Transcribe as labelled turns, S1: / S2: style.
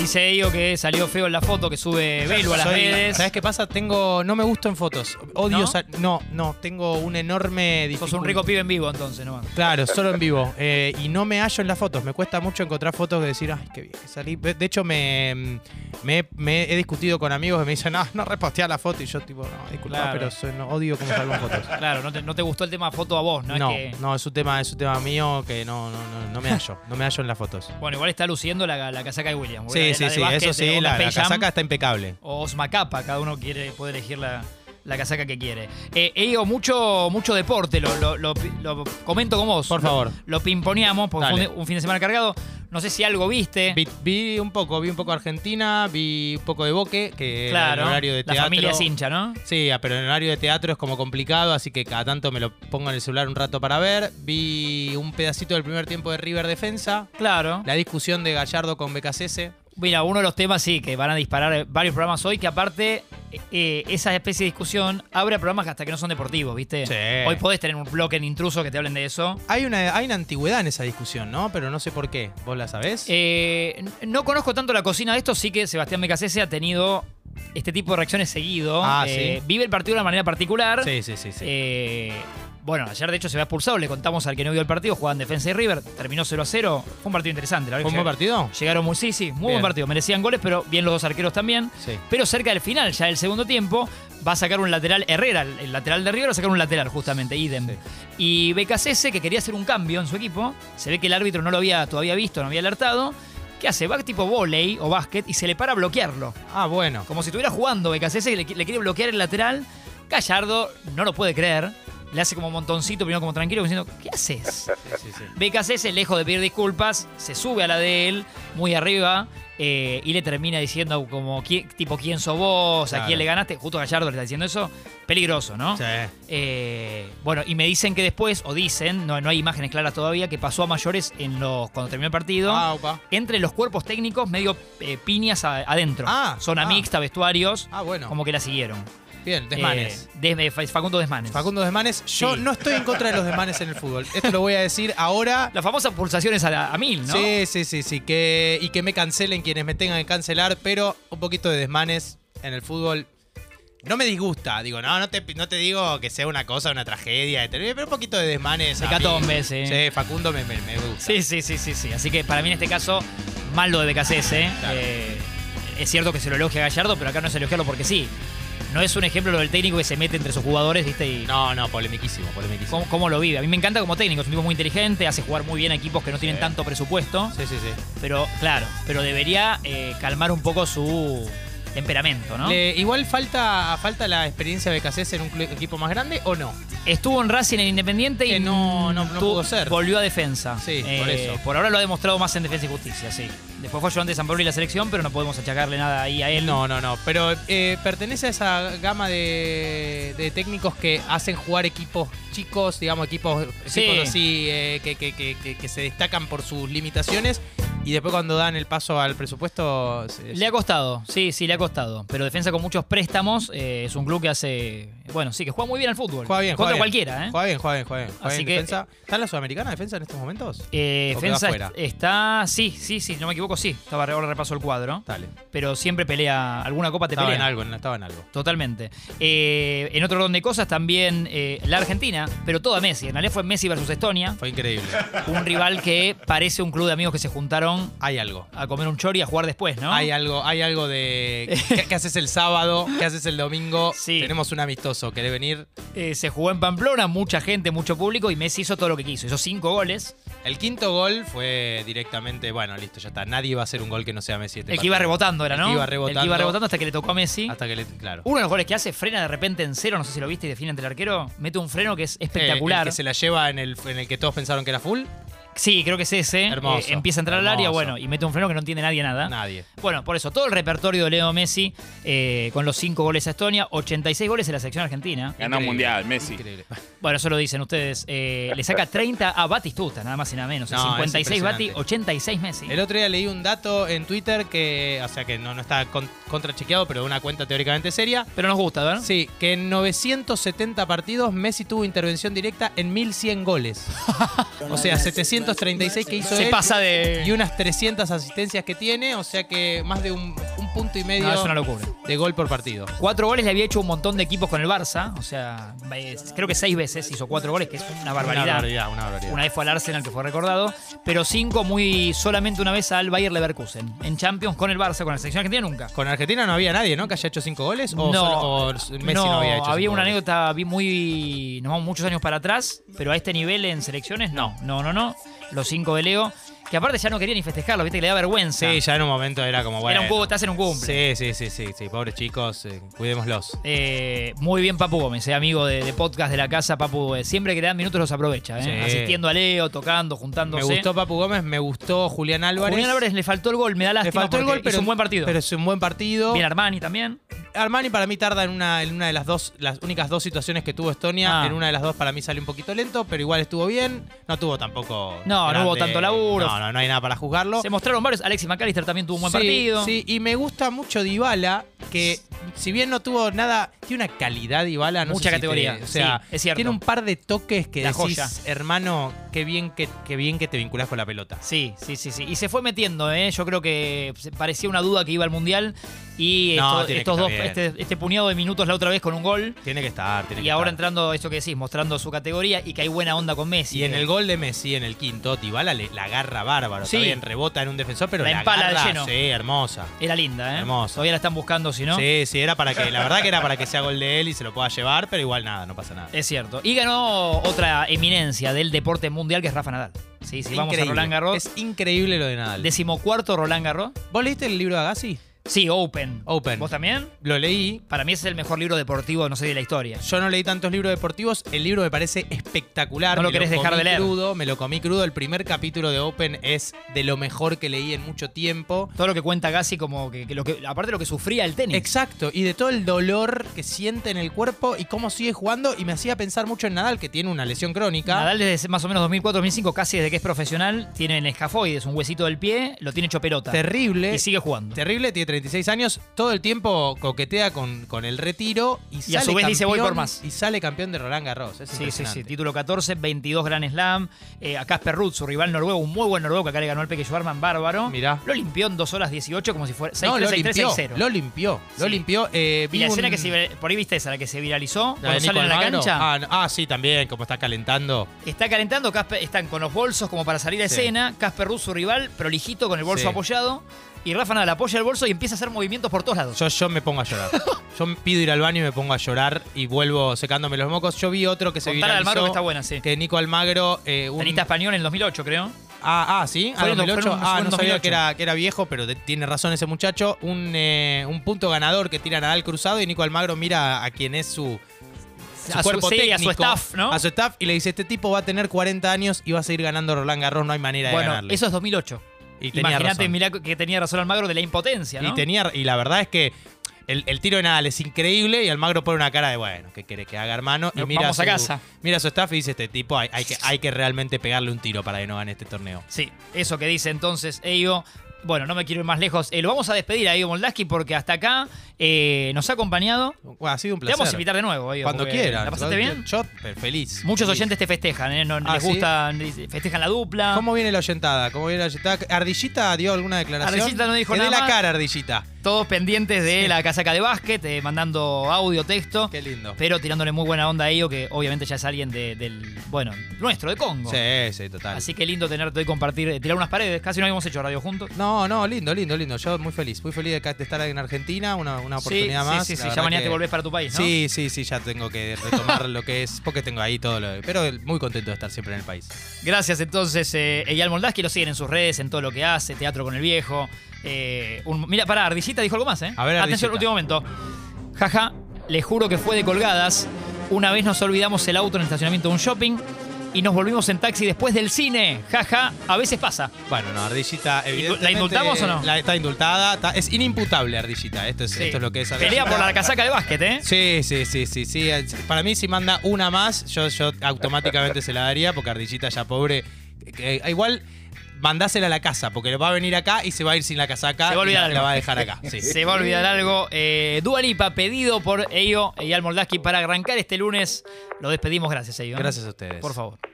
S1: Dice Edio que salió feo en la foto que sube Belu a las
S2: Soy-
S1: redes.
S2: ¿Sabes qué pasa? Tengo. No me gusto en fotos. Odio.
S1: ¿No?
S2: sal- No, no, tengo un enorme
S1: Sos
S2: dificult-
S1: un rico pibe en vivo entonces, nomás.
S2: Claro, solo en vivo. Eh, y no me hallo en las fotos. Me cuesta mucho encontrar fotos de decir, ay, qué bien que salí. De hecho, me, mm, me- me he discutido con amigos que me dicen, no, no repostea la foto. Y yo, tipo, no, disculpa,
S1: Claro.
S2: pero soy- no, odio cómo salgo en fotos.
S1: Claro, no te, no te gustó el tema foto a vos, ¿no?
S2: No, no,
S1: Es
S2: es,
S1: que-
S2: un tema, es un tema mío que no, no, no, no me hallo. No me hallo en las fotos.
S1: Bueno, igual está luciendo la, la casaca de William. boludo.
S2: Sí,
S1: La-
S2: sí,
S1: la de
S2: sí,
S1: básquet,
S2: eso sí,
S1: onda
S2: la, la
S1: Space Jam
S2: casaca está impecable.
S1: O Osma Capa, cada uno quiere, puede elegir la, la casaca que quiere. Eh, Edio, mucho, mucho deporte, lo, lo- lo- lo comento con vos.
S2: Por favor.
S1: Lo, lo pimponeamos porque fue
S2: Dale.
S1: un, un fin de semana cargado. No sé si algo viste.
S2: Vi, vi un poco, vi un poco Argentina, vi un poco de Boque, que era
S1: claro,
S2: el horario de teatro.
S1: la familia es hincha, ¿no?
S2: Sí, ah, pero en horario de teatro es como complicado, así que cada tanto me lo pongo en el celular un rato para ver. Vi un pedacito del primer tiempo de River Defensa,
S1: Claro.
S2: la discusión de Gallardo con Becasese.
S1: Mira, uno de los temas sí que van a disparar varios programas hoy, que aparte eh, esa especie de discusión abre a programas hasta que no son deportivos, ¿viste?
S2: Sí.
S1: Hoy podés tener un bloque en intruso que te hablen de eso.
S2: Hay una, hay una antigüedad en esa discusión, ¿no? Pero no sé por qué. ¿Vos la sabés?
S1: Eh, n- no conozco tanto la cocina de esto, sí que Sebastián Becasese ha tenido este tipo de reacciones seguido.
S2: Ah,
S1: Eh,
S2: sí.
S1: Vive el partido de una manera particular.
S2: sí, sí, sí, sí.
S1: Eh, bueno, ayer de hecho se había expulsado, le contamos al que no vio el partido, jugaban Defensa y River, terminó 0 a 0. Fue un partido interesante, la
S2: ¿Fue
S1: verdad.
S2: un
S1: que
S2: buen partido?
S1: Llegaron muy, sí, sí, muy buen
S2: Bien.
S1: partido. Merecían goles, pero bien los dos arqueros también.
S2: Sí.
S1: Pero cerca del final, ya del segundo tiempo, va a sacar un lateral Herrera, el el lateral de River va a sacar un lateral justamente, idem.
S2: Sí.
S1: Y Becasese, que quería hacer un cambio en su equipo, se ve que el árbitro no lo había todavía visto, no había alertado. ¿Qué hace? Va tipo volei o básquet y se le para a bloquearlo.
S2: Ah, bueno.
S1: Como si estuviera jugando Becasese, le, qui- le quiere bloquear el lateral. Gallardo no lo puede creer. Le hace como montoncito, primero como tranquilo, como diciendo, ¿qué haces?
S2: Sí, sí, sí.
S1: BKC, lejos de pedir disculpas, se sube a la de él, muy arriba, eh, y le termina diciendo como, "¿Qui- tipo, ¿quién sos vos? ¿A
S2: Claro.
S1: quién le ganaste? Justo Gallardo le está diciendo eso. Peligroso, ¿no?
S2: Sí.
S1: Eh, bueno, y me dicen que después, o dicen, no, no hay imágenes claras todavía, que pasó a mayores en los, cuando terminó el partido.
S2: Ah, opa.
S1: Entre los cuerpos técnicos, medio eh, piñas a- adentro.
S2: Ah,
S1: Zona
S2: ah.
S1: mixta, vestuarios,
S2: Ah, bueno.
S1: como que la siguieron.
S2: Bien, desmanes.
S1: Eh, desme- Fa- Facundo Desmanes.
S2: Facundo Desmanes, yo
S1: Sí.
S2: no estoy en contra de los desmanes en el fútbol. Esto lo voy a decir ahora.
S1: Las famosas pulsaciones a, la- a mil, ¿no?
S2: Sí, sí, sí, sí. Que, y que me cancelen quienes me tengan que cancelar, pero un poquito de desmanes en el fútbol. No me disgusta, digo, no, no te, no te digo que sea una cosa, una tragedia, etcétera, pero un poquito de desmanes. a mí.
S1: Hecatombe, sí.
S2: Sí, Facundo me, me, me gusta.
S1: eh. Sí, sí, sí, sí, sí. Así que para mí en este caso, mal lo de BKCS. ¿eh?
S2: Claro.
S1: Eh, es cierto que se lo elogia a Gallardo, pero acá no es elogiarlo porque sí. No es un ejemplo lo del técnico que se mete entre sus jugadores, ¿viste? Y
S2: No, no, polemiquísimo, polemiquísimo.
S1: cómo, cómo lo vive. A mí me encanta como técnico, es un tipo muy inteligente, hace jugar muy bien a equipos que no tienen
S2: Sí.
S1: tanto presupuesto.
S2: Sí, sí, sí.
S1: Pero, claro, pero debería eh, calmar un poco su temperamento, ¿no?
S2: Le- igual falta, falta la experiencia de Cassés en un clu- equipo más grande o no.
S1: Estuvo en Racing en Independiente y
S2: Que no- no- no
S1: tu-
S2: pudo ser.
S1: Volvió a defensa. Eh,
S2: Sí, por eso.
S1: Por ahora lo ha demostrado más en defensa y justicia, sí. Después fue ayudante de San Pablo y la selección, pero no podemos achacarle nada ahí a él.
S2: No, no, no. Pero eh, pertenece a esa gama de, de técnicos que hacen jugar equipos chicos, digamos, equipos,
S1: Sí.
S2: equipos así, eh, que, que- que- que- que se destacan por sus limitaciones. Y después cuando dan el paso al presupuesto... se-
S1: Le ha costado, sí, sí, le ha costado. Pero defensa con muchos préstamos eh, es un club que hace. Bueno, sí, que juega muy bien al fútbol.
S2: Juega bien,
S1: Contra
S2: juega bien.
S1: cualquiera, ¿eh?
S2: Juega bien, juega bien, juega bien. Juega
S1: Así
S2: bien
S1: que-
S2: defensa. ¿Está en la Sudamericana defensa en estos momentos?
S1: Eh,
S2: O quedó
S1: defensa
S2: afuera.
S1: est- está. Sí, sí, sí, no me equivoco, sí. Estaba ahora repaso el cuadro.
S2: Dale.
S1: Pero siempre pelea. Alguna copa te
S2: Estaba en
S1: pelea.
S2: algo, en- estaba en algo.
S1: Totalmente. Eh, en otro orden de cosas también eh, la Argentina, pero toda Messi. En realidad fue Messi versus Estonia.
S2: Fue increíble.
S1: Un rival que parece un club de amigos que se juntaron
S2: Hay algo.
S1: a comer un chori y a jugar después, ¿no?
S2: Hay algo, hay algo de. ¿qué, qué haces el sábado? ¿Qué haces el domingo?
S1: Sí.
S2: Tenemos un amistoso. ¿Querés venir?
S1: Eh, se jugó en Pamplona, mucha gente, mucho público y Messi hizo todo lo que quiso. Hizo cinco goles.
S2: El quinto gol fue directamente, bueno, listo, ya está. Nadie va a hacer un gol que no sea Messi. este
S1: el que iba
S2: partido.
S1: rebotando era,
S2: El
S1: ¿no?
S2: que iba rebotando.
S1: El que iba rebotando hasta que le tocó a Messi.
S2: Hasta que le. Claro.
S1: Uno de los goles que hace frena de repente en cero, no sé si lo viste y define ante el arquero. Mete un freno que es
S2: Eh,
S1: espectacular.
S2: el que se la lleva en el, en el que todos pensaron que era full,
S1: Sí, creo que es ese.
S2: Hermoso,
S1: Eh, empieza a entrar al área,
S2: hermoso.
S1: bueno, y mete un freno que no entiende nadie nada.
S2: nadie.
S1: Bueno, por eso, todo el repertorio de Leo Messi, eh, con los cinco goles a Estonia, 86 goles en la selección argentina.
S3: Ganó un
S2: Increíble.
S3: mundial, Messi.
S2: Increíble.
S1: Bueno, eso lo dicen ustedes. Eh, le saca 30 a Batistuta, nada más y nada menos.
S2: No, es
S1: 56 Bati,
S2: impresionante.
S1: 86 Messi.
S2: El otro día leí un dato en Twitter que, o sea, que no, no está con- contrachequeado, pero de una cuenta teóricamente seria.
S1: Pero nos gusta, ¿verdad?
S2: Sí, que en 970 partidos Messi tuvo intervención directa en 1100 goles. O sea, 700 236 que hizo
S1: Se
S2: él
S1: pasa de.
S2: y unas 300 asistencias que tiene, o sea que más de un, un punto y medio
S1: No, es una locura.
S2: de gol por partido.
S1: Cuatro goles le había hecho un montón de equipos con el Barça. O sea, eh, creo que seis veces hizo cuatro goles, que es una barbaridad.
S2: Una barbaridad, una barbaridad.
S1: Una vez fue al Arsenal, que fue recordado. Pero cinco muy solamente una vez al Bayer Leverkusen. En Champions con el Barça, con la selección argentina nunca.
S2: Con Argentina no había nadie, ¿no? Que haya hecho cinco goles.
S1: No,
S2: O, solo- o Messi no, había hecho. cinco
S1: una
S2: goles?
S1: anécdota, vi muy. Nos vamos muchos años para atrás, pero a este nivel en selecciones, no. No, no, no. Los cinco de Leo, que aparte ya no quería ni festejarlo, viste que le da vergüenza.
S2: Sí, ya en un momento era como bueno.
S1: Era un cubo, estás en un cumple.
S2: Sí, sí, sí, sí, sí. Pobres chicos, eh, cuidémoslos.
S1: Eh, muy bien Papu Gómez, eh, amigo de, de podcast de la casa, Papu. eh, siempre que le dan minutos los aprovecha, eh,
S2: Sí.
S1: asistiendo a Leo, tocando, juntándose.
S2: Me gustó Papu Gómez, me gustó Julián Álvarez.
S1: Julián Álvarez le faltó el gol, me da
S2: Le
S1: lástima
S2: faltó el
S1: porque
S2: gol, pero
S1: hizo un buen partido.
S2: Pero es un buen partido.
S1: bien Armani también.
S2: Armani para mí tarda en una, en una de las dos, las únicas dos situaciones que tuvo Estonia.
S1: Ah.
S2: En una de las dos para mí salió un poquito lento, pero igual estuvo bien. No tuvo tampoco.
S1: No, no hubo tanto laburo.
S2: No, no, no hay nada para juzgarlo.
S1: Se mostraron varios. Alexis McAllister también tuvo un buen
S2: Sí,
S1: partido.
S2: Sí, y me gusta mucho Dybala, que si bien no tuvo nada, tiene una calidad Dybala. No
S1: Mucha
S2: sé si
S1: categoría,
S2: te- o sea,
S1: sí, es cierto.
S2: tiene un par de toques que
S1: La
S2: decís,
S1: joya.
S2: hermano, qué bien que, qué bien que te vinculás con la pelota.
S1: Sí, sí, sí, sí. Y se fue metiendo, ¿eh? Yo creo que se- parecía una duda que iba al Mundial. Y
S2: No,
S1: esto-
S2: tiene que
S1: estos
S2: estar
S1: dos,
S2: bien.
S1: este, este puñado de minutos la otra vez con un gol.
S2: Tiene que estar, tiene
S1: Y
S2: que
S1: ahora
S2: estar.
S1: entrando, eso que decís, mostrando su categoría y que hay buena onda con Messi.
S2: Y en
S1: que
S2: el gol de Messi, en el quinto, Dybala le- la agarra bárbaro.
S1: Sí.
S2: Está bien, rebota en un defensor, pero
S1: La
S2: la,
S1: empala de
S2: agarra,
S1: lleno.
S2: Sí, hermosa.
S1: Era linda, ¿eh?
S2: Hermoso.
S1: Todavía la están buscando, si no.
S2: Sí, sí, era para que, la verdad que era para que sea gol de él y se lo pueda llevar, pero igual nada, no pasa nada.
S1: Es cierto. Y ganó otra eminencia del deporte mundial que es Rafa Nadal. Sí, sí, vamos a
S2: Increíble.
S1: Roland Garros.
S2: Es increíble lo de Nadal.
S1: Decimocuarto Roland Garros.
S2: ¿Vos leíste el libro de Agassi?
S1: Sí, Open.
S2: Open.
S1: ¿Vos también?
S2: Lo leí,
S1: Para mí es el mejor libro deportivo, no sé, de la historia.
S2: Yo no leí tantos libros deportivos. El libro me parece espectacular.
S1: No lo
S2: Me
S1: querés dejar
S2: comí
S1: de leer.
S2: Crudo, me lo comí crudo. El primer capítulo de Open es de lo mejor que leí en mucho tiempo.
S1: Todo lo que cuenta Gassi, como que, que lo que. Aparte de lo que sufría el tenis.
S2: Exacto, y de todo el dolor que siente en el cuerpo y cómo sigue jugando. Y me hacía pensar mucho en Nadal, que tiene una lesión crónica.
S1: Nadal desde más o menos 2004-2005, casi desde que es profesional, tiene el escafoides, un huesito del pie, lo tiene hecho pelota.
S2: terrible.
S1: Y sigue jugando.
S2: Terrible, tiene 36 años, todo el tiempo coquetea con, con el retiro y,
S1: a
S2: sale
S1: su vez dice, "Voy por
S2: campeón-
S1: más".
S2: Y sale campeón de Roland Garros.
S1: Sí, sí,
S2: Es
S1: sí.
S2: impresionante.
S1: Título 14, 22 Grand Slam. Eh, a Casper Ruud, su rival noruego, un muy buen noruego que acá le ganó el pequeño Arman bárbaro.
S2: Mirá.
S1: Lo limpió en 2 horas 18 como si fuera 6
S2: No, lo
S1: 3
S2: limpió,
S1: 6
S2: lo limpió, lo
S1: Sí.
S2: limpió. Eh,
S1: Y
S2: vi
S1: la escena
S2: un-
S1: que se, vi- por ahí viste esa, la que se viralizó,
S2: ¿La
S1: cuando
S2: de Nico
S1: salen a la
S2: Almagro?
S1: cancha,
S2: Ah, no- ah, sí, también, como está calentando.
S1: está calentando, Casper- están con los bolsos como para salir a
S2: Sí.
S1: escena, Casper Ruud, su rival, prolijito con el bolso
S2: Sí.
S1: apoyado, y Rafa Nadal apoya el bolso y empieza a hacer movimientos por todos lados.
S2: Yo, yo me pongo a llorar. yo me pido ir al baño y me pongo a llorar y vuelvo secándose los mocos. Yo vi otro que se
S1: Contale al
S2: viralizó.
S1: Almagro que está buena, sí.
S2: que Nico Almagro... eh, un-
S1: Tenista español en el 2008, creo.
S2: Ah, ah, sí, ah,
S1: Fue en
S2: 2008.
S1: fue en- fue
S2: ah,
S1: en
S2: no sabía
S1: 2008.
S2: que era, que era viejo, pero de- tiene razón ese muchacho. Un, eh, un punto ganador que tira Nadal cruzado y Nico Almagro mira a quien es su... su
S1: A su-
S2: cuerpo
S1: sí, a su
S2: técnico,
S1: staff, ¿no?
S2: A su staff y le dice, este tipo va a tener 40 años y va a seguir ganando Roland Garros, no hay manera de
S1: Bueno,
S2: ganarle.
S1: eso es 2008.
S2: y tenía
S1: Imagínate
S2: razón.
S1: mirá que tenía razón Almagro de la impotencia, ¿no?
S2: Y tenía, y la verdad es que el, el tiro de Nadal es increíble y Almagro pone una cara de bueno, ¿qué quiere que haga hermano? Y
S1: Nos
S2: mira
S1: vamos a
S2: su-
S1: casa.
S2: Mira su staff y dice este tipo, hay, hay que, hay que realmente pegarle un tiro para que no gane este torneo.
S1: Sí, eso que dice entonces Eio. Bueno, no me quiero ir más lejos. Eh, lo vamos a despedir a Eio Moldaski porque hasta acá eh, nos ha acompañado.
S2: Bueno, ha sido un
S1: Te
S2: placer.
S1: vamos a invitar de nuevo, Eio.
S2: Cuando
S1: porque
S2: quieran.
S1: ¿La pasaste bien?
S2: Yo, pero feliz.
S1: Muchos
S2: feliz.
S1: oyentes te festejan, ¿eh? No,
S2: Ah,
S1: les
S2: ¿sí?
S1: gusta, festejan la dupla.
S2: ¿Cómo viene la oyentada? ¿Cómo viene la oyentada? ¿Ardillita dio alguna declaración?
S1: Ardillita no dijo
S2: Que dé
S1: nada
S2: la
S1: más.
S2: cara, Ardillita.
S1: Todos pendientes de la casaca de básquet, eh, mandando audio, texto.
S2: Qué lindo.
S1: Pero tirándole muy buena onda a Eio, que obviamente ya es alguien de- del, bueno, nuestro, de Congo.
S2: Sí, sí, total.
S1: Así que lindo tenerte y compartir, eh, tirar unas paredes. Casi no habíamos hecho radio juntos.
S2: No, no, lindo, lindo, lindo. Yo muy feliz. Muy feliz de ca- de estar en Argentina. Una, una oportunidad
S1: sí,
S2: más.
S1: Sí, sí,
S2: La
S1: sí. Ya
S2: verdad
S1: mañana
S2: que-
S1: te volvés para tu país, ¿no?
S2: Sí, sí, sí, ya tengo que retomar lo que es, porque tengo ahí todo lo... Pero muy contento de estar siempre en el país.
S1: Gracias entonces, eh, Eyal Moldaski. Lo siguen en sus redes, en todo lo que hace, Teatro con el Viejo. Eh, un- mira, pará, Ardillita dijo algo más, ¿eh?
S2: A ver,
S1: Atención, último
S2: Ardillita.
S1: momento. Jaja, le juro que fue de colgadas. Una vez nos olvidamos el auto en el estacionamiento de un shopping y nos volvimos en taxi después del cine. Jaja, a veces pasa.
S2: Bueno, no, Ardillita, evidentemente...
S1: indultamos o no?
S2: la- está indultada, está- es inimputable Ardillita, esto es,
S1: Sí.
S2: esto es lo que es
S1: Pelea por la
S2: Ardillita.
S1: casaca de básquet, ¿eh?
S2: Sí, sí, sí, sí, sí. Para mí si manda una más, yo, yo automáticamente se la daría, porque Ardillita ya pobre... que- que- igual mandásela a la casa, porque va a venir acá y se va a ir sin la casaca.
S1: Se va a olvidar
S2: y
S1: algo.
S2: la, la va a dejar acá, sí.
S1: Se va a olvidar algo. Eh, Dua Lipa, pedido por Eyo Eyal Moldaski para arrancar este lunes. Lo despedimos. Gracias, Eyo.
S2: Gracias a ustedes.
S1: Por favor.